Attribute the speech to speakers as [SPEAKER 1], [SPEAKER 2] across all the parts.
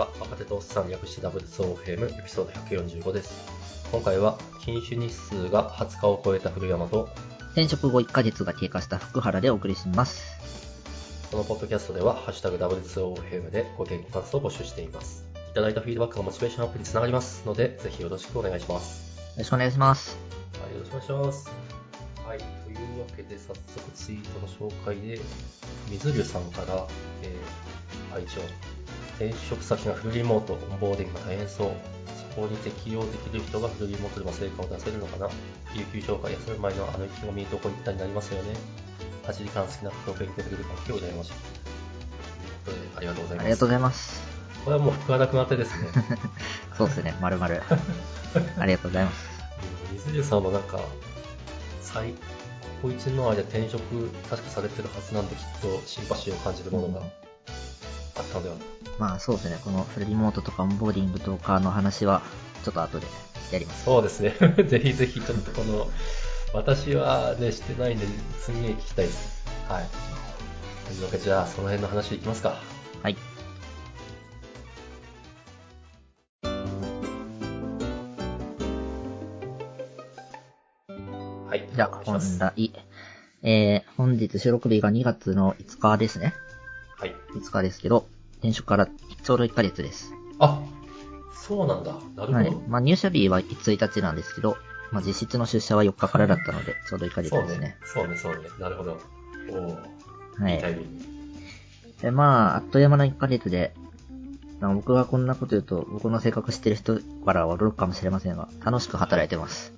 [SPEAKER 1] っさん略して W 総ヘムエピソード145です。今回は禁酒日数が20日を超えた古山と、
[SPEAKER 2] 転職後1ヶ月が経過した福原でお送りします。
[SPEAKER 1] このポッドキャストでは、ハッシュタグ W 総ヘムでご意見ご感想を募集しています。いただいたフィードバックがモチベーションアップにつながりますので、ぜひよろしくお願いします。
[SPEAKER 2] よろしくお願いします。
[SPEAKER 1] はい、よろしくお願いします。はい、というわけで早速ツイートの紹介で、水流さんから、えー、会長、転職先がフルリモート、オンボーディングが大変そう。そこに適用できる人がフルリモートでも成果を出せるのかな。有給消化休む前の歩き込みどこ行ったになりますよね。8時間好きなことを勉強できる環境を羨ましい。ということでありがとうございます。
[SPEAKER 2] ありがとうございます。
[SPEAKER 1] これはもう福原君宛てですね。
[SPEAKER 2] そうですね、まるま る。ありがとうございます。
[SPEAKER 1] うん水流さんもなんか最高一の間転職確かされてるはずなんできっとシンパシーを感じるものがあったのではない
[SPEAKER 2] まあそうですね、このフルリモートとかオンボーディングとかの話は、ちょっと後でやります。
[SPEAKER 1] そうですね ぜひぜひちょっとこの私はねしてないんですんげえ聞きたいですはいというわけでじゃあその辺の話いきますか
[SPEAKER 2] はい。
[SPEAKER 1] はい
[SPEAKER 2] じゃあ
[SPEAKER 1] お願
[SPEAKER 2] 本
[SPEAKER 1] いします
[SPEAKER 2] 題。えー、本日収録日が2月の5日ですね。
[SPEAKER 1] はい
[SPEAKER 2] 5日ですけど、転職からちょうど1ヶ月です。
[SPEAKER 1] あそうなんだなるほど、
[SPEAKER 2] はい。まあ入社日は1日なんですけど、まあ実質の出社は4日からだったので、ちょうど1ヶ月
[SPEAKER 1] そう
[SPEAKER 2] ですね。
[SPEAKER 1] そうねそうねなるほどおお、、
[SPEAKER 2] はいい
[SPEAKER 1] いタイミング
[SPEAKER 2] で、まあ、あっという間の1ヶ月で、まあ僕がこんなこと言うと、僕の性格知ってる人からは驚くかもしれませんが、楽しく働いてます。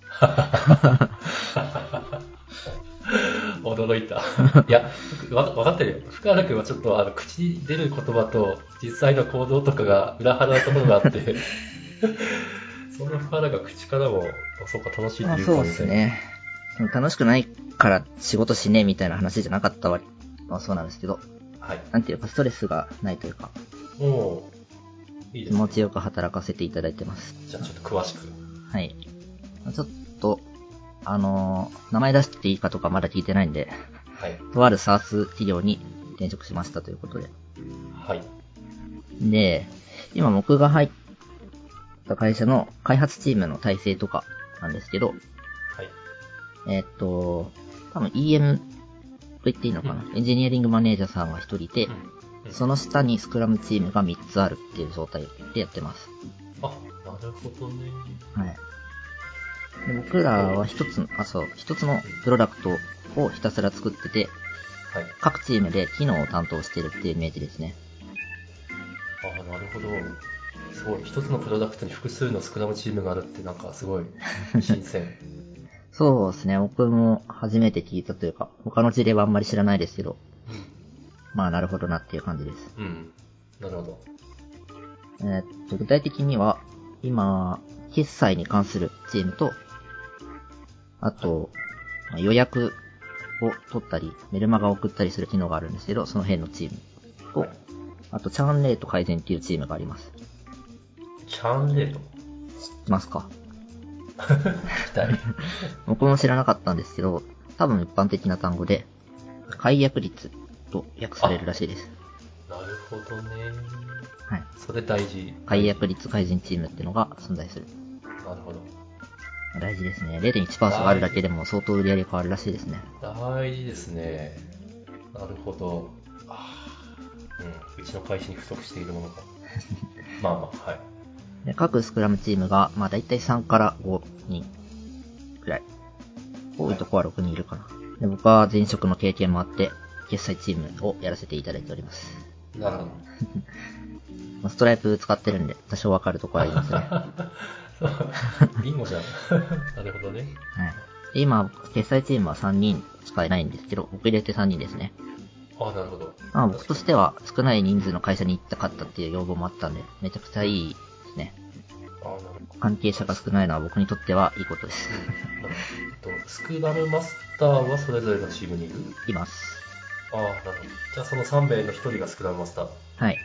[SPEAKER 1] 驚 いた。いや、わ分かってるよ。福原君はちょっとあの口に出る言葉と実際の行動とかが裏腹なところがあ って、そんな福原が口からも、あそうか、楽しいって言う
[SPEAKER 2] そう
[SPEAKER 1] か
[SPEAKER 2] で
[SPEAKER 1] み
[SPEAKER 2] す
[SPEAKER 1] たいな。
[SPEAKER 2] ね。でも楽しくないから仕事しねえみたいな話じゃなかったわけ。まあそうなんですけど、
[SPEAKER 1] はい。
[SPEAKER 2] なんていうかストレスがないというか、
[SPEAKER 1] もう、いいで
[SPEAKER 2] 気
[SPEAKER 1] すね
[SPEAKER 2] 持。ちよく働かせていただいてます。
[SPEAKER 1] じゃあちょっと詳しく。
[SPEAKER 2] はい。まあちょっと、あのー名前出していいかとかまだ聞いてないんで、
[SPEAKER 1] はい。
[SPEAKER 2] とある SARS 企業に転職しましたということで。
[SPEAKER 1] はい。
[SPEAKER 2] で、今僕が入った会社の開発チームの体制とかなんですけど、
[SPEAKER 1] はい。
[SPEAKER 2] えっと、多分 EM と言っていいのかな、エンジニアリングマネージャーさんは1人で、
[SPEAKER 1] うん
[SPEAKER 2] その下にスクラムチームが3つあるっていう状態でやってます。
[SPEAKER 1] あ、なるほどね。
[SPEAKER 2] はい。で僕らは一つの、あ、そう、一つのプロダクトをひたすら作ってて、
[SPEAKER 1] はい。
[SPEAKER 2] 各チームで機能を担当してるっていうイメージですね。
[SPEAKER 1] ああ、なるほど。すごい。一つのプロダクトに複数のスクラムチームがあるって、なんかすごい、新 鮮。
[SPEAKER 2] そうですね、僕も初めて聞いたというか、他の事例はあんまり知らないですけど、まあなるほどなっていう感じです。
[SPEAKER 1] うん。なるほど。
[SPEAKER 2] えーっと、具体的には、今、決済に関するチームと、あと、まあ予約を取ったり、メルマガを送ったりする機能があるんですけど、その辺のチームと、あと、チャーンレート改善っていうチームがあります。
[SPEAKER 1] チャンレート。
[SPEAKER 2] 知ってますか
[SPEAKER 1] 期待。
[SPEAKER 2] 僕も知らなかったんですけど、多分一般的な単語で、解約率と訳されるらしいです。
[SPEAKER 1] なるほどね。
[SPEAKER 2] はい。
[SPEAKER 1] それ大事。
[SPEAKER 2] 解約率改善チームっていうのが存在する。
[SPEAKER 1] なるほど。
[SPEAKER 2] 大事ですね。0.1%があるだけでも相当売り上げ変わるらしいですね。
[SPEAKER 1] 大事ですね。なるほど。あーうん。うちの会社に不足しているも のが。まあまあ、はい。
[SPEAKER 2] で各スクラムチームが、まあ大体3から5人くらい。多いとこは6人いるかな。で僕は前職の経験もあって、決済チームをやらせていただいております。
[SPEAKER 1] なるほど。
[SPEAKER 2] まあストライプ使ってるんで、多少わかるところありま すね。は
[SPEAKER 1] そう。 ビンゴじゃん。なるほどね。
[SPEAKER 2] い。で今、決済チームは3人使えないんですけど、僕入れて3人ですね。
[SPEAKER 1] ああ、なるほど。
[SPEAKER 2] まあ僕としては少ない人数の会社に行きたかったっていう要望もあったんで、めちゃくちゃいいですね。
[SPEAKER 1] ああ、なるほど。
[SPEAKER 2] 関係者が少ないのは僕にとってはいいことです。
[SPEAKER 1] えっと、スクラムマスターはそれぞれのチームにいる
[SPEAKER 2] います。
[SPEAKER 1] ああ、なるほど。じゃあその3名の1人がスクラムマスター。あ
[SPEAKER 2] はい。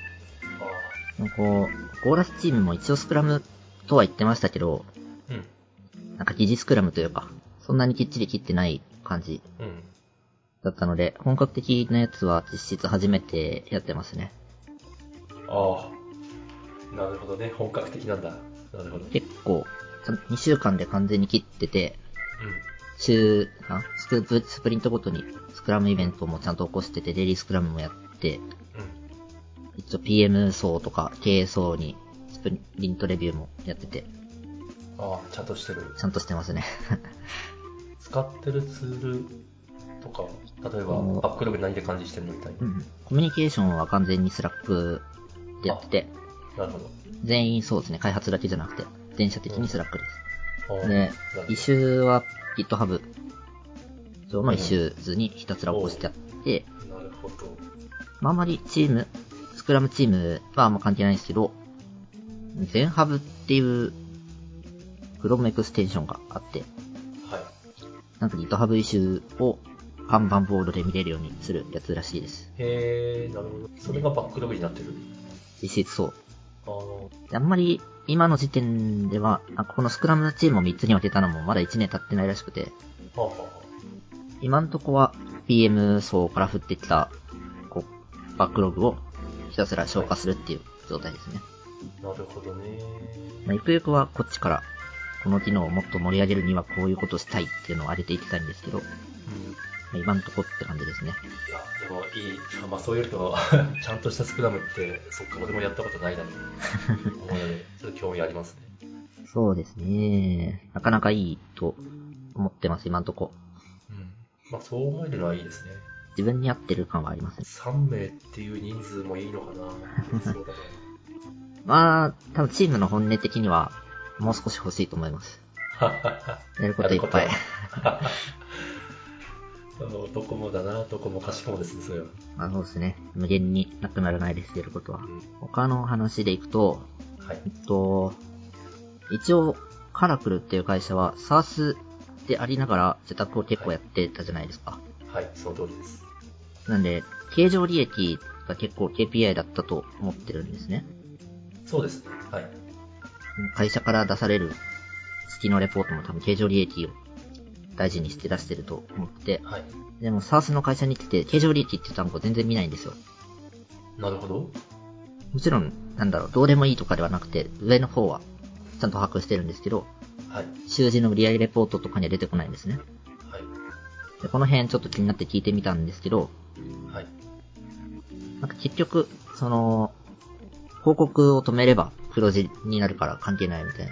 [SPEAKER 1] あ。
[SPEAKER 2] こう、ゴーラスチームも一応スクラムとは言ってましたけど、
[SPEAKER 1] うん。
[SPEAKER 2] なんか疑似スクラムというか、そんなにきっちり切ってない感じ
[SPEAKER 1] うん。
[SPEAKER 2] だったので、本格的なやつは実質初めてやってますね。
[SPEAKER 1] ああ。なるほどね。本格的なんだ。なるほど。うん。
[SPEAKER 2] 結構、2週間で完全に切ってて、週、あスクブスプリントごとにスクラムイベントもちゃんと起こしてて、デイリースクラムもやって、
[SPEAKER 1] うん。
[SPEAKER 2] 一応 PM 層とか経営層にスプリントレビューもやってて、
[SPEAKER 1] ああ、ちゃんとしてる。
[SPEAKER 2] ちゃんとしてますね。
[SPEAKER 1] 使ってるツールとか、例えば
[SPEAKER 2] うん、
[SPEAKER 1] バックログ何で管理してるのみたいな
[SPEAKER 2] う。ん。コミュニケーションは完全にスラックでやってて、
[SPEAKER 1] なるほど。
[SPEAKER 2] 全員そうですね、開発だけじゃなくて、全社的にスラックです。
[SPEAKER 1] ああ
[SPEAKER 2] で
[SPEAKER 1] なるほ、ど
[SPEAKER 2] 一周は GitHub 上の一周図にひたすら起こしてあって、
[SPEAKER 1] なるほど。
[SPEAKER 2] まあ、あまりチーム、スクラムチームはあんま関係ないんですけど、全ハブっていう、クロムエクステンションがあって、
[SPEAKER 1] はい。
[SPEAKER 2] なんか GitHub イシューを看板ボードで見れるようにするやつらしいです。
[SPEAKER 1] へえ、なるほど。それがバックログになってる。
[SPEAKER 2] 実質そう。
[SPEAKER 1] あの、
[SPEAKER 2] であんまり今の時点では、あこのスクラムチームを3つに分けたのもまだ1年経ってないらしくて、
[SPEAKER 1] はあ、は
[SPEAKER 2] 今んとこは PM 層から降ってきた、こう、バックログをひたすら消化するっていう状態ですね。
[SPEAKER 1] あ、なるほどね。
[SPEAKER 2] まあ、ゆくゆくはこっちから、この機能をもっと盛り上げるにはこういうことしたいっていうのを上げていきたいんですけど、ま
[SPEAKER 1] うん。
[SPEAKER 2] あ今んとこって感じですね。
[SPEAKER 1] いや、でもいい、まあそういうよりかは、 ちゃんとしたスクラムって、そっか、俺もやったことないなと思うの で、ちょっと興味ありますね。
[SPEAKER 2] そうですね。なかなかいいと思ってます、今んとこ。
[SPEAKER 1] うん。まあそう思えるのはいいですね。
[SPEAKER 2] 自分に合ってる感はありますね。
[SPEAKER 1] 3名っていう人数もいいのかな。そうだね。
[SPEAKER 2] まあ、多分チームの本音的には、もう少し欲しいと思います。やる こといっぱい
[SPEAKER 1] やる。 あのどこもだな、どこもかしこもですね、それは。
[SPEAKER 2] まあそうですね。無限になくならないです、やることは
[SPEAKER 1] う。ん
[SPEAKER 2] 他の話でいくと、
[SPEAKER 1] はい。
[SPEAKER 2] えっと、一応、カラクルっていう会社は、サースでありながら、自宅を結構やってたじゃないですか。
[SPEAKER 1] はい、その通りです。
[SPEAKER 2] なんで、経常利益が結構 KPI だったと思ってるんですね。
[SPEAKER 1] そうですね。はい。
[SPEAKER 2] 会社から出される月のレポートも多分経常利益を大事にして出してると思って、
[SPEAKER 1] はい。
[SPEAKER 2] でも SARS の会社に来て経常利益って単語全然見ないんですよ。
[SPEAKER 1] なるほど。
[SPEAKER 2] もちろん、なんだろう、どうでもいいとかではなくて、上の方はちゃんと把握してるんですけど、
[SPEAKER 1] はい。
[SPEAKER 2] 習字の売上レポートとかには出てこないんですね。
[SPEAKER 1] はい。
[SPEAKER 2] でこの辺ちょっと気になって聞いてみたんですけど、
[SPEAKER 1] はい。
[SPEAKER 2] なんか結局、その、広告を止めれば黒字になるから関係ないみたいな。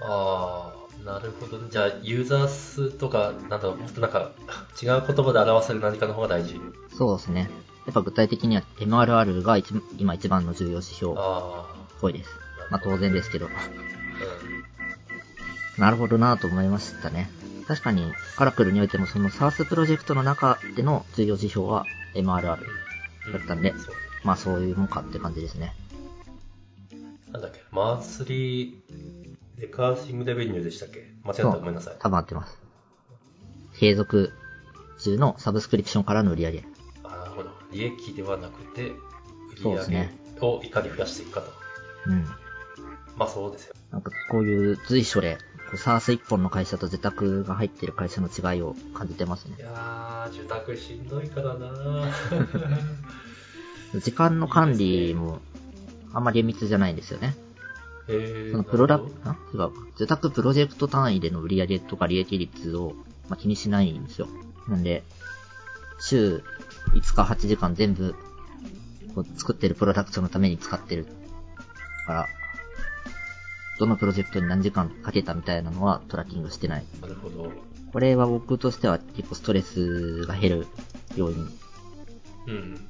[SPEAKER 1] ああ、なるほど、ね。じゃあ、ユーザー数とか、なんだろう、もっとなんか、違う言葉で表せる何かの方が大事。
[SPEAKER 2] そうですね。やっぱ具体的には MRR が一今一番の重要指標っ
[SPEAKER 1] あ
[SPEAKER 2] ぽいです。まあ当然ですけど。
[SPEAKER 1] あ、う
[SPEAKER 2] なるほどなぁと思いましたね。確かに、カラクルにおいてもその SARS プロジェクトの中での重要指標は MRR だ
[SPEAKER 1] ん。
[SPEAKER 2] ったんで
[SPEAKER 1] うん、そう
[SPEAKER 2] まあそういうもんかって感じですね。
[SPEAKER 1] なんだっけ、マンスリー、レカーシングレベニューでしたっけ間違ったらごめんなさい。
[SPEAKER 2] 多分合ってます。継続中のサブスクリプションからの売り上げ。
[SPEAKER 1] あなるほど。利益ではなくて、
[SPEAKER 2] そう
[SPEAKER 1] 売
[SPEAKER 2] です
[SPEAKER 1] 上
[SPEAKER 2] ね
[SPEAKER 1] をいかに増やしていくかと。
[SPEAKER 2] うん。
[SPEAKER 1] まあそうですよ。
[SPEAKER 2] なんかこういう随所で、こう SARS 一本の会社と自宅が入ってる会社の違いを感じてますね
[SPEAKER 1] い。やー、受託しんどいからな ー
[SPEAKER 2] 時間の管理も、あんまり厳密じゃないんですよね。
[SPEAKER 1] えー、
[SPEAKER 2] そのプロダ
[SPEAKER 1] なる
[SPEAKER 2] ク
[SPEAKER 1] ほど
[SPEAKER 2] ト、あ違うか受託プロジェクト単位での売り上げとか利益率を、まあ、気にしないんですよ。なんで、週5日8時間全部、こう作ってるプロダクトのために使ってる。から、どのプロジェクトに何時間かけたみたいなのはトラッキングしてない。
[SPEAKER 1] なるほど。
[SPEAKER 2] これは僕としては結構ストレスが減る要因、
[SPEAKER 1] うん。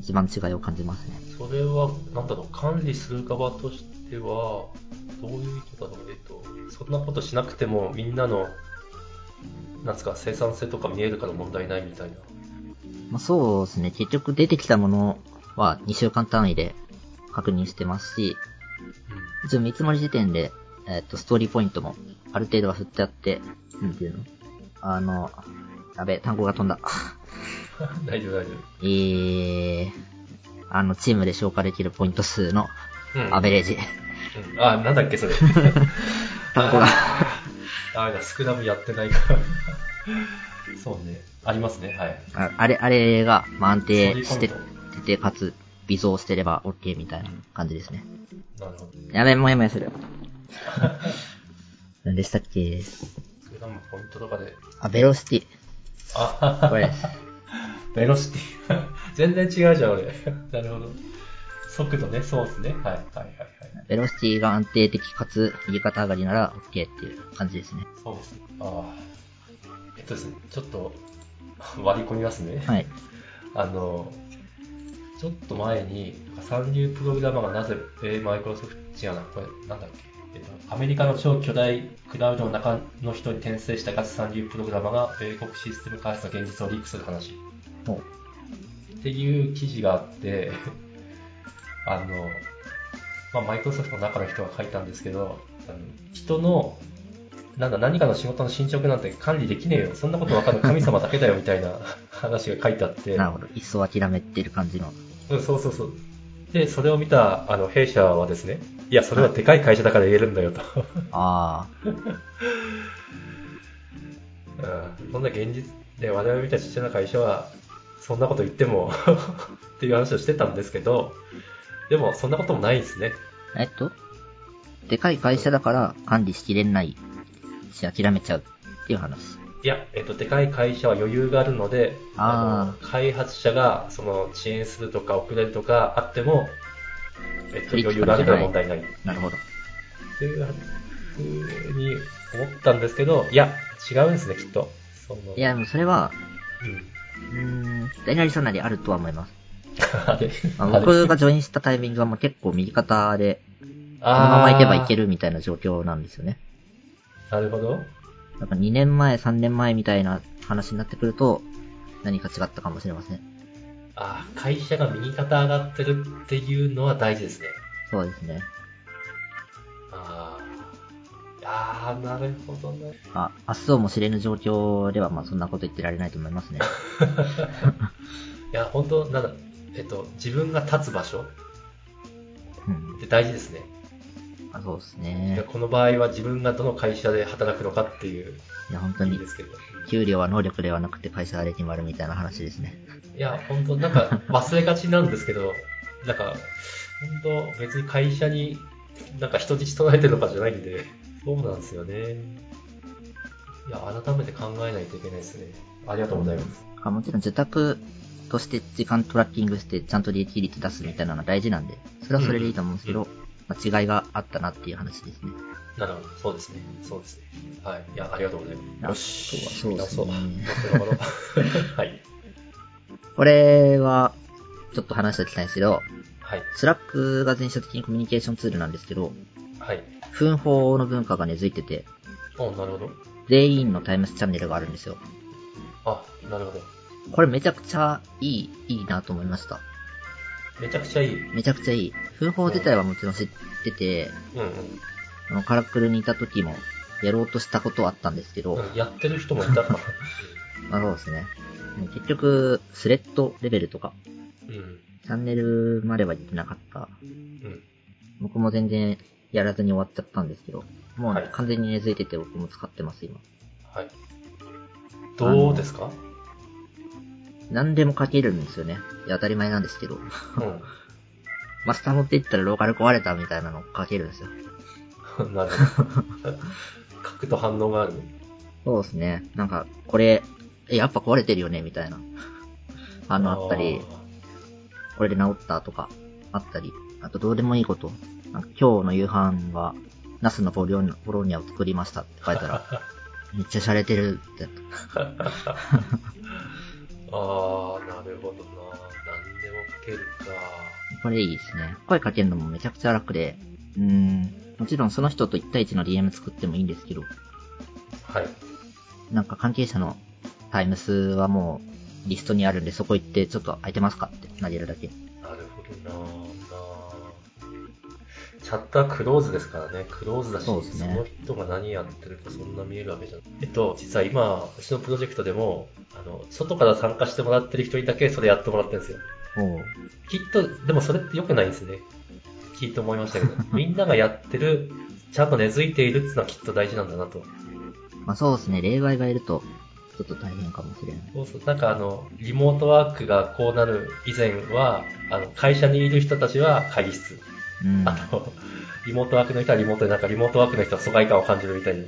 [SPEAKER 2] 一番違いを感じますね。
[SPEAKER 1] それは、なんだろう、管理する側としては、どういう意図だろう、えっと、そんなことしなくても、みんなの、なんつうか、生産性とか見えるから問題ないみたいな。
[SPEAKER 2] まあ、そうですね。結局出てきたものは2週間単位で確認してますし、一応見積もり時点で、えっ、と、ストーリーポイントもある程度は振ってあって、なんていうのあの、やべえ、単語が飛んだ。
[SPEAKER 1] うん。 大丈夫、大丈
[SPEAKER 2] えー、あの、チームで消化できるポイント数の
[SPEAKER 1] 夫。うん。
[SPEAKER 2] アベレージ。
[SPEAKER 1] うんあ、なんだっけ、それ。
[SPEAKER 2] 単語が。
[SPEAKER 1] あ、スクラムやってないから。 そうね。ありますね、はい。
[SPEAKER 2] ああれ、あれが、まあ、安
[SPEAKER 1] ストーリー
[SPEAKER 2] 定
[SPEAKER 1] ポイ
[SPEAKER 2] し
[SPEAKER 1] ン
[SPEAKER 2] て
[SPEAKER 1] ト
[SPEAKER 2] て、かつ、微増してれば OK みたいな感じですね。
[SPEAKER 1] なるほど。
[SPEAKER 2] やべ、もやもや する。何でしたっけ
[SPEAKER 1] それがもうポイントとかで。
[SPEAKER 2] あ、ベロシティ。
[SPEAKER 1] あ
[SPEAKER 2] これです。
[SPEAKER 1] ベロシティ。 全然違うじゃん、俺。 なるほど。速度ね、そうですね。はい、はい、はい、はい。
[SPEAKER 2] ベロシティが安定的かつ右肩上がりなら OK っていう感じですね。
[SPEAKER 1] そうですね。ああ。えっとですね、ちょっと割り込みますね。
[SPEAKER 2] はい。
[SPEAKER 1] あの、ちょっと前に、参入プログラマーがなぜ、えーマイクロソフト、違うな、これ、なんだっけ、えーとアメリカの超巨大クラウドの中の人に転生したガス参入プログラマーが、米国システム開発の現実をリークする話っ
[SPEAKER 2] も
[SPEAKER 1] ていう記事があって、 あの、まあ、マイクロソフトの中の人が書いたんですけど、あの人の、なんだ、何かの仕事の進捗なんて管理できねえよ。そんなことわかる神様だけだよ、みたいな話が書いてあって。
[SPEAKER 2] う、なるほど。一層諦めてる感じの。
[SPEAKER 1] うん、そうそうそう。で、それを見たあの弊社はですね、いや、それはでかい会社だから言えるんだよと。
[SPEAKER 2] ああ、
[SPEAKER 1] うん、そんな現実で、我々みたいなちっちゃな会社は、そんなこと言っても っていう話をしてたんですけど、でも、そんなこともないんですね。
[SPEAKER 2] えっと、でかい会社だから管理しきれないし諦めちゃうっていう話。
[SPEAKER 1] いや、えっと、でかい会社は余裕があるので、
[SPEAKER 2] あ
[SPEAKER 1] の開発者がその遅延するとか遅れるとかあっても、えっと、
[SPEAKER 2] クリティ
[SPEAKER 1] 余
[SPEAKER 2] カルじゃない
[SPEAKER 1] 裕があるから問題ない。
[SPEAKER 2] なるほど。
[SPEAKER 1] っていうふうに思ったんですけど、いや、違うんですね、きっと。その
[SPEAKER 2] いや、でもそれは、
[SPEAKER 1] うん。
[SPEAKER 2] うーん、大なりさなりあるとは思います。
[SPEAKER 1] あれ
[SPEAKER 2] ま あ僕がジョインしたタイミングはもう結構右肩で、このままいけばいけ
[SPEAKER 1] る。
[SPEAKER 2] るみたいな状況なんですよね。
[SPEAKER 1] なるほど。
[SPEAKER 2] なんか2年前、3年前みたいな話になってくると、何か違ったかもしれません。
[SPEAKER 1] あー会社が右肩上がってるっていうのは大事ですね。
[SPEAKER 2] そうですね。
[SPEAKER 1] あーあー、なるほどね。
[SPEAKER 2] まあ、明日をも知れぬ状況では、まあそんなこと言ってられないと思いますね。
[SPEAKER 1] いや、本当なんだ、えっと、自分が立つ場所
[SPEAKER 2] うん。
[SPEAKER 1] って大事ですね。
[SPEAKER 2] まあ、そうです
[SPEAKER 1] いや
[SPEAKER 2] ね。
[SPEAKER 1] この場合は自分がどの会社で働くのかっていう、
[SPEAKER 2] いや、本当
[SPEAKER 1] いい
[SPEAKER 2] に
[SPEAKER 1] で、すけど。
[SPEAKER 2] 給料は能力ではなくて会社で決まるみたいな話ですね。
[SPEAKER 1] いや、本当なんか忘れがちなんですけど、なんか、本当別に会社に、なんか人質取られてるとかじゃないんで、そうなんですよね。いや、改めて考えないといけないですね。ありがとうございます。
[SPEAKER 2] あもちろん受託として時間トラッキングしてちゃんと利益率出すみたいなのは大事なんで、それはそれでいいと思うんですけど、まあ、違いがあったなっていう話ですね。
[SPEAKER 1] なるほど、そうですね。そうですね。はい。いや、ありがとうございます。
[SPEAKER 2] あ
[SPEAKER 1] よし。
[SPEAKER 2] そうはそうですね
[SPEAKER 1] 見直そう。持って頑張ろう はい。
[SPEAKER 2] これは、ちょっと話しておきたいんですけど、
[SPEAKER 1] はい。
[SPEAKER 2] スラックが全社的にコミュニケーションツールなんですけど、
[SPEAKER 1] はい。
[SPEAKER 2] 奮法の文化が根付いてて、
[SPEAKER 1] おなるほど。
[SPEAKER 2] 全員のタイムスチャンネルがあるんですよ。
[SPEAKER 1] あ、なるほど。
[SPEAKER 2] これめちゃくちゃいい、いいなと思いました。
[SPEAKER 1] めちゃくちゃいい。うん
[SPEAKER 2] めちゃくちゃいい。奮法自体はもちろん知ってて、
[SPEAKER 1] うん
[SPEAKER 2] あのカラクルにいた時もやろうとしたことはあったんですけど、
[SPEAKER 1] うん。やってる人もいた から。
[SPEAKER 2] まあそうですね。結局、スレッドレベルとか、
[SPEAKER 1] うん。
[SPEAKER 2] チャンネルまでは行ってなかった。
[SPEAKER 1] うん。
[SPEAKER 2] 僕も全然やらずに終わっちゃったんですけど、も
[SPEAKER 1] はいう
[SPEAKER 2] 完全に根付いてて僕も使ってます、今。
[SPEAKER 1] はい。どうですか
[SPEAKER 2] 何でも書けるんですよね。いや、当たり前なんですけど。
[SPEAKER 1] う
[SPEAKER 2] マスター持って行ったらローカル壊れたみたいなの書けるんですよ。
[SPEAKER 1] ん。なるほど。書くと反応がある。
[SPEAKER 2] そうですね。なんか、これ、え、やっぱ壊れてるよね、みたいな。あの、あったり、これで治ったとか、あったり、あとどうでもいいこと。なんか今日の夕飯は、ナスのボローニャボローニャを作りましたって書いたら、めっちゃ洒落てるって。
[SPEAKER 1] あーあー、なるほどな。何でも書けるか。
[SPEAKER 2] これいいですね。声かけるのもめちゃくちゃ楽で、うーん、もちろんその人と1対1の DM 作ってもいいんですけど、
[SPEAKER 1] はい。
[SPEAKER 2] なんか関係者のタイム数はもうリストにあるんで、そこ行ってちょっと空いてますかって投げるだけ。
[SPEAKER 1] なるほどな。なあチャットはクローズですからね。クローズだし、
[SPEAKER 2] そうですね
[SPEAKER 1] の人が何やってるかそんな見えるわけじゃない。えっと、実は今、うちのプロジェクトでも、あの、外から参加してもらってる人にだけそれやってもらってるんですよ。
[SPEAKER 2] おう
[SPEAKER 1] きっと、でもそれって良くないんですね。聞いて思いま したけど。みんながやってる、ちゃんと根付いているっていうのはきっと大事なんだなと。
[SPEAKER 2] まあそうですね、例外がいると、ちょっと大変かもしれない。
[SPEAKER 1] そうそう。なんかあの、リモートワークがこうなる以前は、あの、会社にいる人たちは会議室。
[SPEAKER 2] うん。
[SPEAKER 1] あの、リモートワークの人はリモートで、なんかリモートワークの人は疎外感を感じるみたいに。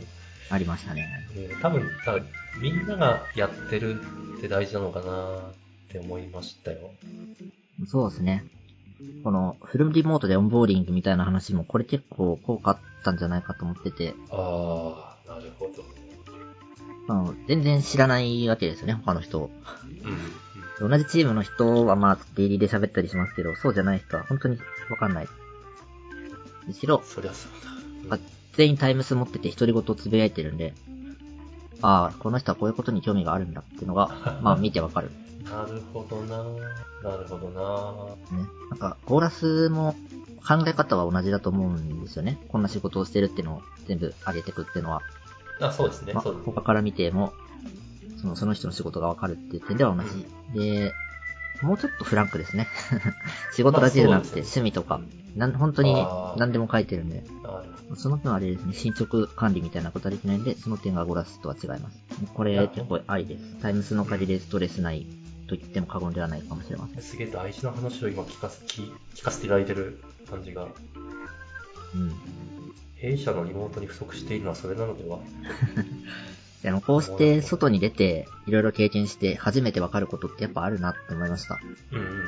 [SPEAKER 2] ありましたね。
[SPEAKER 1] うん、多分、だからみんながやってるって大事なのかなって思いましたよ。
[SPEAKER 2] そうですね。この、フルリモートでオンボーディングみたいな話も、これ結構効果あったんじゃないかと思ってて、
[SPEAKER 1] ああ、なるほど。
[SPEAKER 2] あの全然知らないわけですよね、他の人を。
[SPEAKER 1] うん。
[SPEAKER 2] 同じチームの人はまあ、デイリーで喋ったりしますけど、そうじゃない人は本当にわかんない。むしろ、
[SPEAKER 1] そりゃそうだ。
[SPEAKER 2] あ全員タイムス持ってて独り言をつぶやいてるんで、ああ、この人はこういうことに興味があるんだっていうのが、まあ見てわかる。
[SPEAKER 1] なるほどななるほどな
[SPEAKER 2] ね。なんか、コーラスも考え方は同じだと思うんですよね。こんな仕事をしてるっていうのを全部上げてくっていうのは。
[SPEAKER 1] あ、そうですね、
[SPEAKER 2] まあ、
[SPEAKER 1] そうですね
[SPEAKER 2] 他。から見ても、そのその人の仕事がわかるっていう点では同じ。で、もうちょっとフランクですね。 仕事だけじゃなく
[SPEAKER 1] まあ
[SPEAKER 2] て趣
[SPEAKER 1] そうですね
[SPEAKER 2] 味とか、なん本当に
[SPEAKER 1] あー
[SPEAKER 2] 何でも書いてるんで、
[SPEAKER 1] なる
[SPEAKER 2] その分あれですね、進捗管理みたいなことはできないんで、その点がゴラスとは違います。これ結構愛です。タイムスのおかげでストレスないと言っても過言ではないかもしれません。
[SPEAKER 1] すげえ大事な話を今聞かせ聞聞かせていただいてる感じが、
[SPEAKER 2] うん。
[SPEAKER 1] 弊社のリモートに不足しているのはそれなのでは
[SPEAKER 2] であの、こうして外に出て、いろいろ経験して、初めてわかることってやっぱあるなって思いました。
[SPEAKER 1] うんうんうん。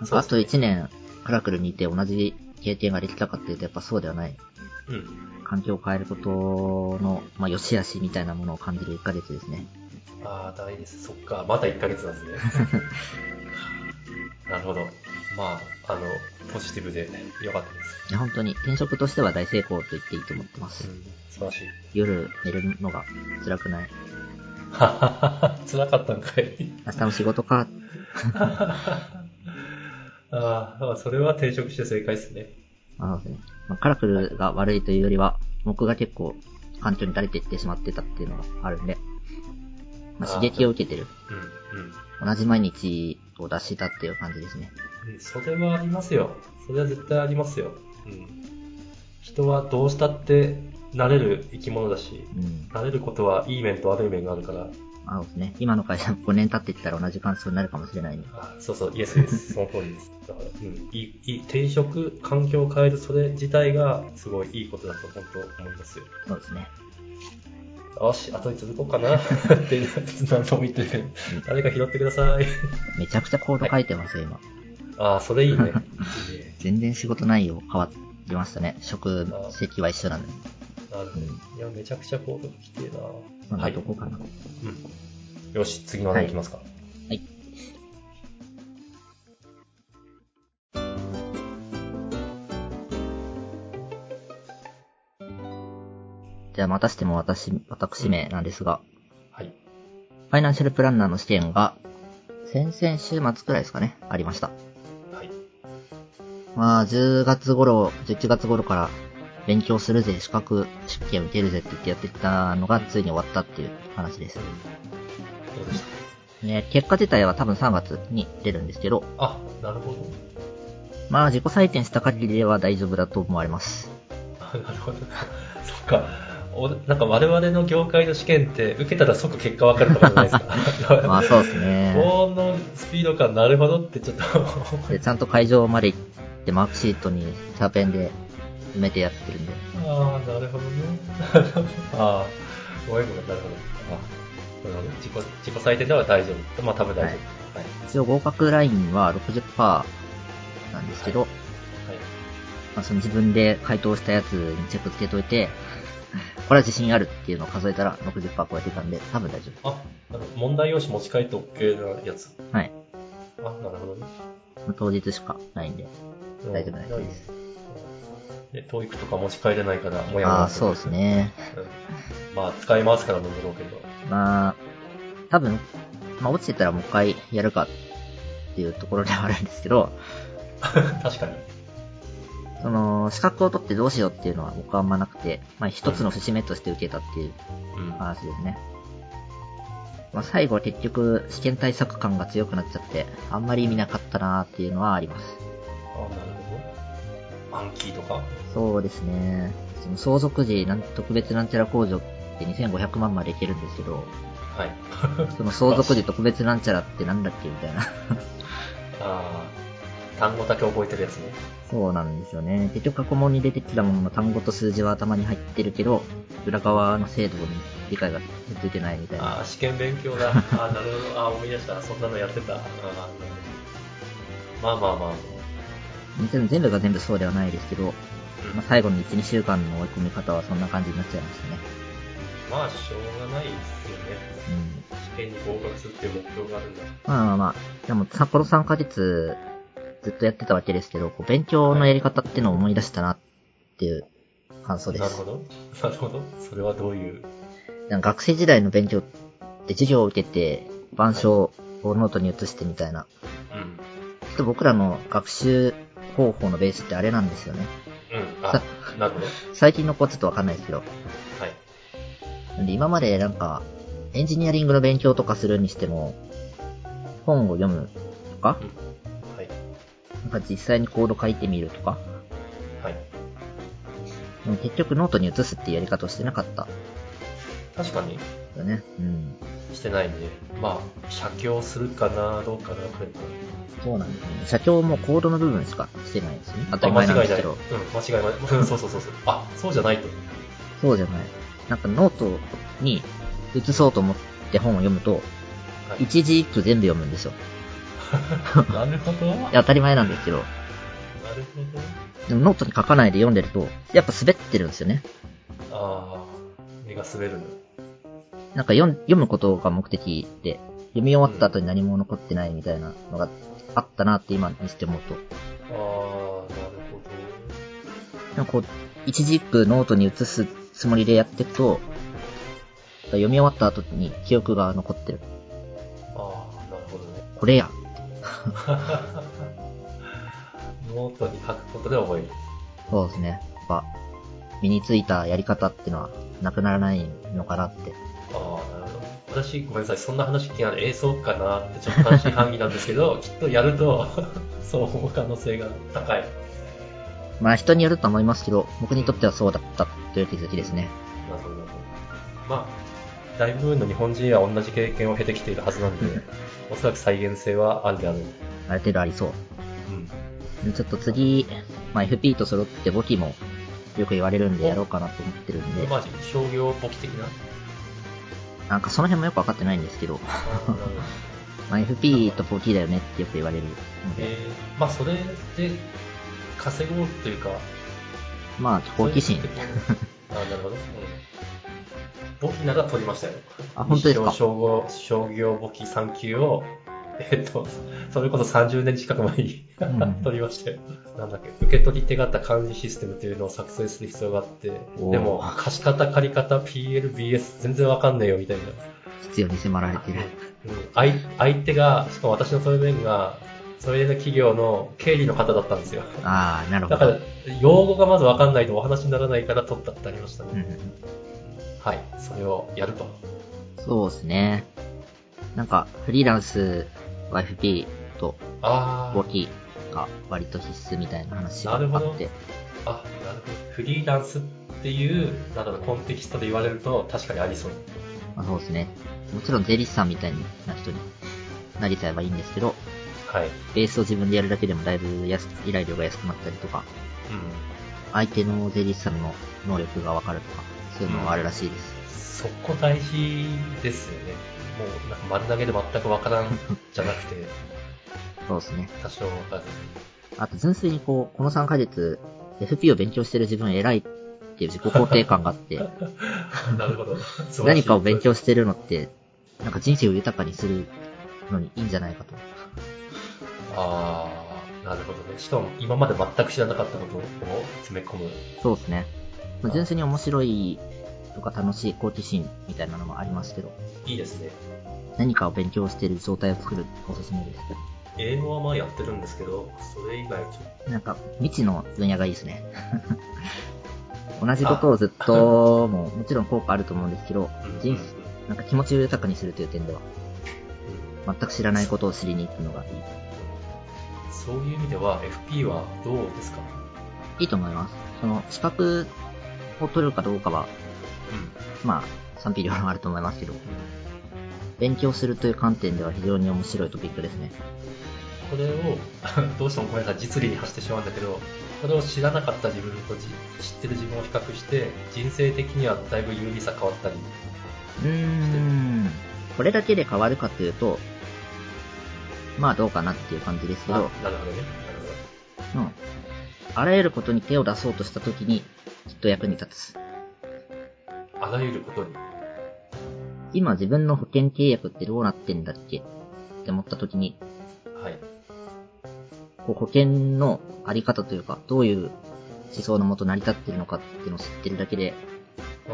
[SPEAKER 2] なんかあと1年、カラクルにいて同じ経験ができたかっていうと、やっぱそうではない。
[SPEAKER 1] うん。
[SPEAKER 2] 環境を変えることの、まあ、良し悪しみたいなものを感じる1ヶ月ですね。
[SPEAKER 1] ああ、大事です。そっか、まだ1ヶ月なんですね。 なるほど。まあ、あの、ポジティブで良かったで。
[SPEAKER 2] いや本当に、転職としては大成功と言っていいと思ってますす。
[SPEAKER 1] うん、素晴らしい。
[SPEAKER 2] 夜寝るのが辛くない。
[SPEAKER 1] はははは、辛かったんかい。
[SPEAKER 2] 明日も仕事か。
[SPEAKER 1] ああ、それは転職して正解ですね。
[SPEAKER 2] まあ、そうですね。まあ、カラフルが悪いというよりは、僕が結構、環境に慣れていってしまってたっていうのがあるんで、まあ、
[SPEAKER 1] あー
[SPEAKER 2] 刺激を受けてる。
[SPEAKER 1] うん、うん。
[SPEAKER 2] 同じ毎日を出したっていう感じですね。
[SPEAKER 1] うんそれはありますよ。それは絶対ありますよ。うん。人はどうしたって慣れる生き物だし、
[SPEAKER 2] うん。
[SPEAKER 1] 慣れることはいい面と悪い面があるから、
[SPEAKER 2] まあ、そうですね。今の会社5年経ってきたら同じ感想になるかもしれないんで。
[SPEAKER 1] あそうそう、イエスです。 その通りです。だから、うん、いい、いい、転職、環境を変える、それ自体がすごいいいことだと本当思いますよ。
[SPEAKER 2] そうですね。
[SPEAKER 1] よし、後に続こうかな。って、何度も言ってるけど、誰か拾ってくだ さい。
[SPEAKER 2] めちゃくちゃコード書いてますよ、今。
[SPEAKER 1] ああ、それいいね。いいね。
[SPEAKER 2] 全然仕事内容変わりましたね。職責は一緒なんで。
[SPEAKER 1] なるほど。いや、めちゃくちゃコードきてえ
[SPEAKER 2] そ
[SPEAKER 1] な。
[SPEAKER 2] んなとこかな。
[SPEAKER 1] うん。よし、次の話題いきますか。
[SPEAKER 2] はい。じゃあまたしても私、私名なんですが、
[SPEAKER 1] はい。
[SPEAKER 2] ファイナンシャルプランナーの試験が、先々週末くらいですかね、ありました。
[SPEAKER 1] はい。
[SPEAKER 2] まあ、10月頃、11月頃から、勉強するぜ、資格試験受けるぜって言ってやってたのが、ついに終わったっていう話です。
[SPEAKER 1] どうでした
[SPEAKER 2] ね、結果自体は多分3月に出るんですけど、
[SPEAKER 1] あ、なるほど。
[SPEAKER 2] まあ、自己採点した限りでは大丈夫だと思われます。
[SPEAKER 1] あなるほど。 そっか。おなんか我々の業界の試験って受けたら即結果わかるとかじゃないですか。
[SPEAKER 2] まあ、そうで すね。
[SPEAKER 1] このスピード感なるほどってちょっと
[SPEAKER 2] で、ちゃんと会場まで行って、マークシートにシャーペンで埋めてやってるんで、
[SPEAKER 1] ああなるほどね ああごめんごめんなるほどあなるほど自己自己採点では大丈夫まあ多分大丈夫はい
[SPEAKER 2] 一応合格ラインは60%なんですけど、まあ、その自分で回答したやつにチェックつけといて、これは自信あるっていうのを数えたら60%超えてたんで、多分大丈
[SPEAKER 1] はい、あなるほど問題用紙持ち帰って OK なやつ
[SPEAKER 2] 夫。はい。
[SPEAKER 1] あなるほどね
[SPEAKER 2] まあ当日しかないんで、
[SPEAKER 1] うん
[SPEAKER 2] 大丈夫なやつです。
[SPEAKER 1] で TOEIC とか持ち帰れないからもやもや
[SPEAKER 2] ああ、
[SPEAKER 1] す
[SPEAKER 2] そ
[SPEAKER 1] る
[SPEAKER 2] うですね。
[SPEAKER 1] うんまあ使い回すからなんだろうけ ど
[SPEAKER 2] まあ、多分、まあ落ちてたらもう一回やるかっていうところではあるんですけど、
[SPEAKER 1] 確かに。
[SPEAKER 2] その、資格を取ってどうしようっていうのは僕はあんまなくて、まあ一つの節目として受けたっていう
[SPEAKER 1] うん。
[SPEAKER 2] 話ですね。まあ最後は結局試験対策感が強くなっちゃって、あんまり意味なかったなーっていうのはあります。
[SPEAKER 1] あ、なるほど。アンキーとか。
[SPEAKER 2] そうですね。その相続時なん、特別なんちゃら控除って2500万までいけるんですけど、
[SPEAKER 1] はい。
[SPEAKER 2] その相続時特別なんちゃらってなんだっけみたいな。
[SPEAKER 1] あ単語だけ覚えてるやつね。
[SPEAKER 2] そうなんですよね。結局過去問に出てきたものの単語と数字は頭に入ってるけど、裏側の制度に理解がついてないみたいな。
[SPEAKER 3] ああ、試験勉強 だ。ああ、なるほど。ああ、思い出した。そんなのやってた。ああ、なるほどまあまあまあ。
[SPEAKER 2] もちろん全部が全部そうではないですけど、
[SPEAKER 1] うん
[SPEAKER 2] まあ、最後の1、2週間の追い込み方はそんな感じになっちゃいましたね。
[SPEAKER 3] まあ、しょうがないですよね。
[SPEAKER 2] うん。
[SPEAKER 3] 試験に合格するっていう目標があるんだ。
[SPEAKER 2] まあまあまあ、でもさ、この3ヶ月ずっとやってたわけですけど、こう勉強のやり方っていうのを思い出したなっていう感想で
[SPEAKER 3] なる
[SPEAKER 2] す
[SPEAKER 3] ほ。ど。なるほど。それはどういう。
[SPEAKER 2] なんか学生時代の勉強って授業を受けて、板書をノートに移してみたいな。
[SPEAKER 1] うん。
[SPEAKER 2] ちょっと僕らの学習方法のベースってあれなんですよね。
[SPEAKER 1] うん。
[SPEAKER 2] さ
[SPEAKER 1] あ、なるほど。
[SPEAKER 2] 最近の子はちょっとわかんないですけど。
[SPEAKER 1] はい。
[SPEAKER 2] なんで今までなんか、エンジニアリングの勉強とかするにしても、本を読むとか、
[SPEAKER 1] はい。
[SPEAKER 2] なんか実際にコード書いてみるとか、
[SPEAKER 1] はい。
[SPEAKER 2] でも結局ノートに移すっていうやり方をしてなかった
[SPEAKER 1] 確かに、
[SPEAKER 2] よね。うん。
[SPEAKER 1] してないね。まあ、写経するかな、どうかな、くらいか
[SPEAKER 2] そうなんですね。社長もコードの部分しかしてないですね。当た
[SPEAKER 1] あ
[SPEAKER 2] り
[SPEAKER 1] 間
[SPEAKER 2] 前なん
[SPEAKER 1] 違
[SPEAKER 2] で
[SPEAKER 1] い
[SPEAKER 2] す
[SPEAKER 1] ない。
[SPEAKER 2] け
[SPEAKER 1] うん
[SPEAKER 2] ど。、
[SPEAKER 1] 間違いない。 うん、そうそうそうそう。あ、そうじゃないと。
[SPEAKER 2] そうじゃない。なんかノートに移そうと思って本を読むと、
[SPEAKER 1] はい
[SPEAKER 2] 一字一句全部読むんですよ。
[SPEAKER 1] なるほど。
[SPEAKER 2] いや当たり前なんですけど、
[SPEAKER 1] なるほど。
[SPEAKER 2] でもノートに書かないで読んでると、やっぱ滑ってるんですよね。
[SPEAKER 1] ああ、目が滑るんだ。
[SPEAKER 2] なんか読ん読むことが目的で、読み終わった後に何も残ってないみたいなのがあったなって今にして思うと。
[SPEAKER 1] ああ、なるほ
[SPEAKER 2] なんかこう、一字一句ノートに移すつもりでやっていくと、読み終わった後に記憶が残ってる。
[SPEAKER 1] ど。ああ、なるほどね。
[SPEAKER 2] これや。
[SPEAKER 1] ノートに書くことで覚える。
[SPEAKER 2] そうですね。やっぱ、身についたやり方ってのはなくならないのかなって。
[SPEAKER 1] ああ、なるほど。私、ごめんなさい。そんな話聞きながら、えー、そうかなって、ちょっと半信半疑なんですけ ど、きっとやると、 そう思う可能性が高い。
[SPEAKER 2] まあ人によると思いますけど、僕にとってはそうだったという気づきですね。
[SPEAKER 1] なるほど。まあ、大部分の日本人は同じ経験を経てきているはずなん で、おそらく再現性はあるであろう。
[SPEAKER 2] ある程度ありそう。
[SPEAKER 1] うん。
[SPEAKER 2] ちょっと次、まあ、FP と揃って簿記もよく言われるんでやろうかなと思ってるんで、
[SPEAKER 1] まあ、商業簿記的 な。
[SPEAKER 2] なんかその辺もよくわかってないんですけど、
[SPEAKER 1] あーなるほど
[SPEAKER 2] まあ、FP と簿記だよねってよく言われるの
[SPEAKER 1] え
[SPEAKER 2] で、
[SPEAKER 1] ーまあそれで稼ごうというか
[SPEAKER 2] まあ、好奇心
[SPEAKER 1] そう。いうことあなるほど、うん、簿記なら取りましたよ
[SPEAKER 2] あ本当ですか
[SPEAKER 1] 一生商業商業簿記3級を えっとそれこそ30年近く前に
[SPEAKER 2] ん
[SPEAKER 1] 取りましたよなんだっけ受け取り手形管理システムというのを作成する必要があって
[SPEAKER 2] おー
[SPEAKER 1] でも貸方借り方 PLBS 全然わかんねえよみたいな
[SPEAKER 2] 必要に迫られ てる。
[SPEAKER 1] うん相相手が、しかも私のトイレが、トイレの企業の経理の方だったんですよ。
[SPEAKER 2] ああ、なるほ
[SPEAKER 1] だから
[SPEAKER 2] ど。、
[SPEAKER 1] 用語がまず分かんないとお話にならないから取ったってありました
[SPEAKER 2] うんう
[SPEAKER 1] ね。
[SPEAKER 2] ん
[SPEAKER 1] はい、それをやると。
[SPEAKER 2] そうですね。なんか、フリーランスは FP と
[SPEAKER 1] あ
[SPEAKER 2] 簿
[SPEAKER 1] ー
[SPEAKER 2] 記が割と必須みたいな話が
[SPEAKER 1] なるほど
[SPEAKER 2] あって、
[SPEAKER 1] あ、なるほど。フリーランスっていう、なんだろう、コンテキストで言われると確かにありそう。
[SPEAKER 2] まあ、そうですね。もちろん税理士さんみたいな人になりたいばいいんですけど、
[SPEAKER 1] はい。うん。
[SPEAKER 2] ベースを自分でやるだけでもだいぶ安依頼料が安くなったりとか、相手の税理士さんの能力がわかるとか、そういうのもあるらしいです。
[SPEAKER 1] そこ大事ですよね。もう、なんか丸投げで全く分からんじゃなくて、
[SPEAKER 2] そうですね。
[SPEAKER 1] 多少分かる。
[SPEAKER 2] あと純粋にこう、この3ヶ月、FP を勉強してる自分偉いっていう自己肯定感が あって、
[SPEAKER 1] なるほど。素晴らし
[SPEAKER 2] 何
[SPEAKER 1] い
[SPEAKER 2] かを勉強してるのって、なんか人生を豊かにするのにいいんじゃないかと。
[SPEAKER 1] ああ、なるほどね。しかも今まで全く知らなかったことを詰め込む。
[SPEAKER 2] そうですね。まあ、純粋に面白いとか楽しい好奇心みたいなのもありますけど、
[SPEAKER 1] いいですね。
[SPEAKER 2] 何かを勉強してる状態を作るおすすめです。
[SPEAKER 1] 英語はまあやってるんですけど、それ以外ちょっ
[SPEAKER 2] なんか、未知の分野がいいで すね。同じことをずっと、もう、もちろん効果あると思うんですけど
[SPEAKER 1] と。うん、
[SPEAKER 2] 人生、なんか気持ちを豊かにするという点では、全く知らないことを知りに行くのがいい。
[SPEAKER 1] そういう意味では FP はどうですか
[SPEAKER 2] いいと思います。その、資格を取るかどうかは、
[SPEAKER 1] う
[SPEAKER 2] まあ、賛否両論あると思いますけど、
[SPEAKER 1] ん。
[SPEAKER 2] 勉強するという観点では非常に面白いトピックですね。
[SPEAKER 1] これを どうしてもごめんなさい実利に走ってしまうんだけどこれを知らなかった自分とじ知ってる自分を比較して人生的にはだいぶ有利さ変わったり
[SPEAKER 2] うーん。これだけで変わるかというと、まあどうかなっていう感じですけど、
[SPEAKER 1] なるほどねなるほど
[SPEAKER 2] うん。あらゆることに手を出そうとした時に、きっと役に立つ。
[SPEAKER 1] あらゆることに。
[SPEAKER 2] 今自分の保険契約ってどうなってんだっけって思った時に、
[SPEAKER 1] はい。
[SPEAKER 2] こう保険のあり方というか、どういう思想のもと成り立ってるのかっていうのを知ってるだけで、
[SPEAKER 1] あ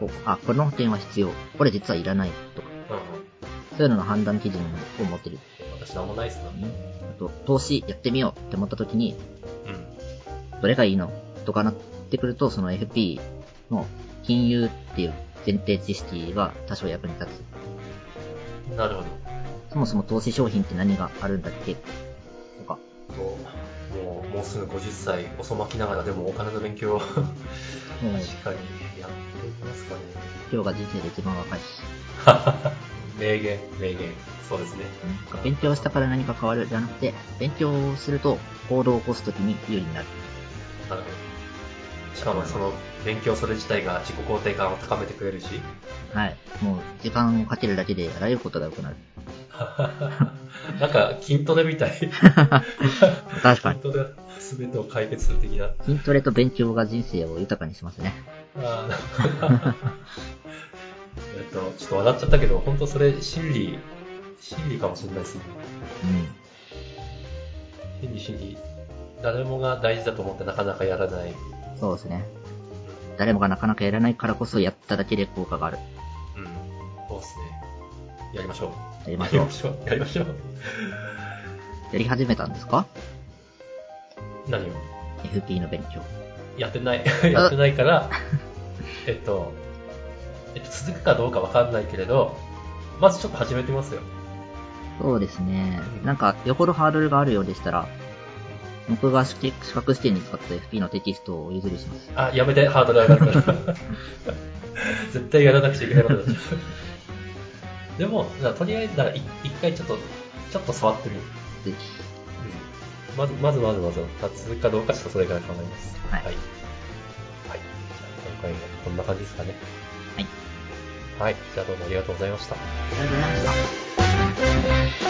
[SPEAKER 2] こうあ、この保険は必要、これ実はいらないとか、
[SPEAKER 1] あ、うん。
[SPEAKER 2] そういうのの判断基準を持ってる。
[SPEAKER 1] 私なんもないっすな。
[SPEAKER 2] あと、投資やってみようって思った時に、
[SPEAKER 1] うん。
[SPEAKER 2] どれがいいのとかなってくると、その FP の金融っていう前提知識が多少役に立つ。
[SPEAKER 1] なるほ
[SPEAKER 2] そもそも投資商品って何があるんだっけとか。
[SPEAKER 1] ど。もう、もうもうすぐ50歳、遅まきながらでもお金の勉強を確かに
[SPEAKER 2] もう
[SPEAKER 1] やっていきますかね。
[SPEAKER 2] 今日が人生で一番若いし。
[SPEAKER 1] ははは名言、名言。そうですね。
[SPEAKER 2] 勉強したから何か変わるじゃなくて、勉強をすると行動を起こすときに有利になる。
[SPEAKER 1] なるほど。しかもその勉強それ自体が自己肯定感を高めてく れるし、
[SPEAKER 2] はい。もう時間をかけるだけであらゆることが良くなる。
[SPEAKER 1] なんか筋トレみたい。
[SPEAKER 2] 確か
[SPEAKER 1] 筋
[SPEAKER 2] に。
[SPEAKER 1] トレが全てを解決する的な。
[SPEAKER 2] 筋トレと勉強が人生を豊かにしますね。
[SPEAKER 1] あ ーえっと、ちょっと笑っちゃったけど、本当それ真理、真理かもしれないですね。
[SPEAKER 2] うん。
[SPEAKER 1] 真理真理。誰もが大事だと思ってなかなかやらない。
[SPEAKER 2] そうですね。誰もがなかなかやらないからこそやっただけで効果がある。
[SPEAKER 1] うん。そうですね。やりましょう。
[SPEAKER 2] やりま しょう。
[SPEAKER 1] しょ う。やりましょう。
[SPEAKER 2] やり始めたんですか
[SPEAKER 1] 何を
[SPEAKER 2] ?FP の勉強。
[SPEAKER 1] やって ない。やってないから、えっと、えっと、続くかどうかわかんないけれど、まずちょっと始めてますよ。
[SPEAKER 2] そうですね
[SPEAKER 1] う。ん
[SPEAKER 2] なんか、よほどハードルがあるようでしたら、僕が資格試験に使った FP のテキストをお譲りします。
[SPEAKER 1] あ、やめて、ハードル上がるから。 絶対やらなくちゃいけないことだし。でも、だからとりあえず、だからい一回ちょっと、ちょっと触ってみる。
[SPEAKER 2] ぜひ。
[SPEAKER 1] うんまず、まずまずまず、続くかどうかちょっとそれから考えます。
[SPEAKER 2] は
[SPEAKER 1] は
[SPEAKER 2] い
[SPEAKER 1] い。はいじゃあ今回はこんな感じですかね。
[SPEAKER 2] はい。
[SPEAKER 1] はい。じゃあどうもありがとうございました。
[SPEAKER 2] ありがとうございました。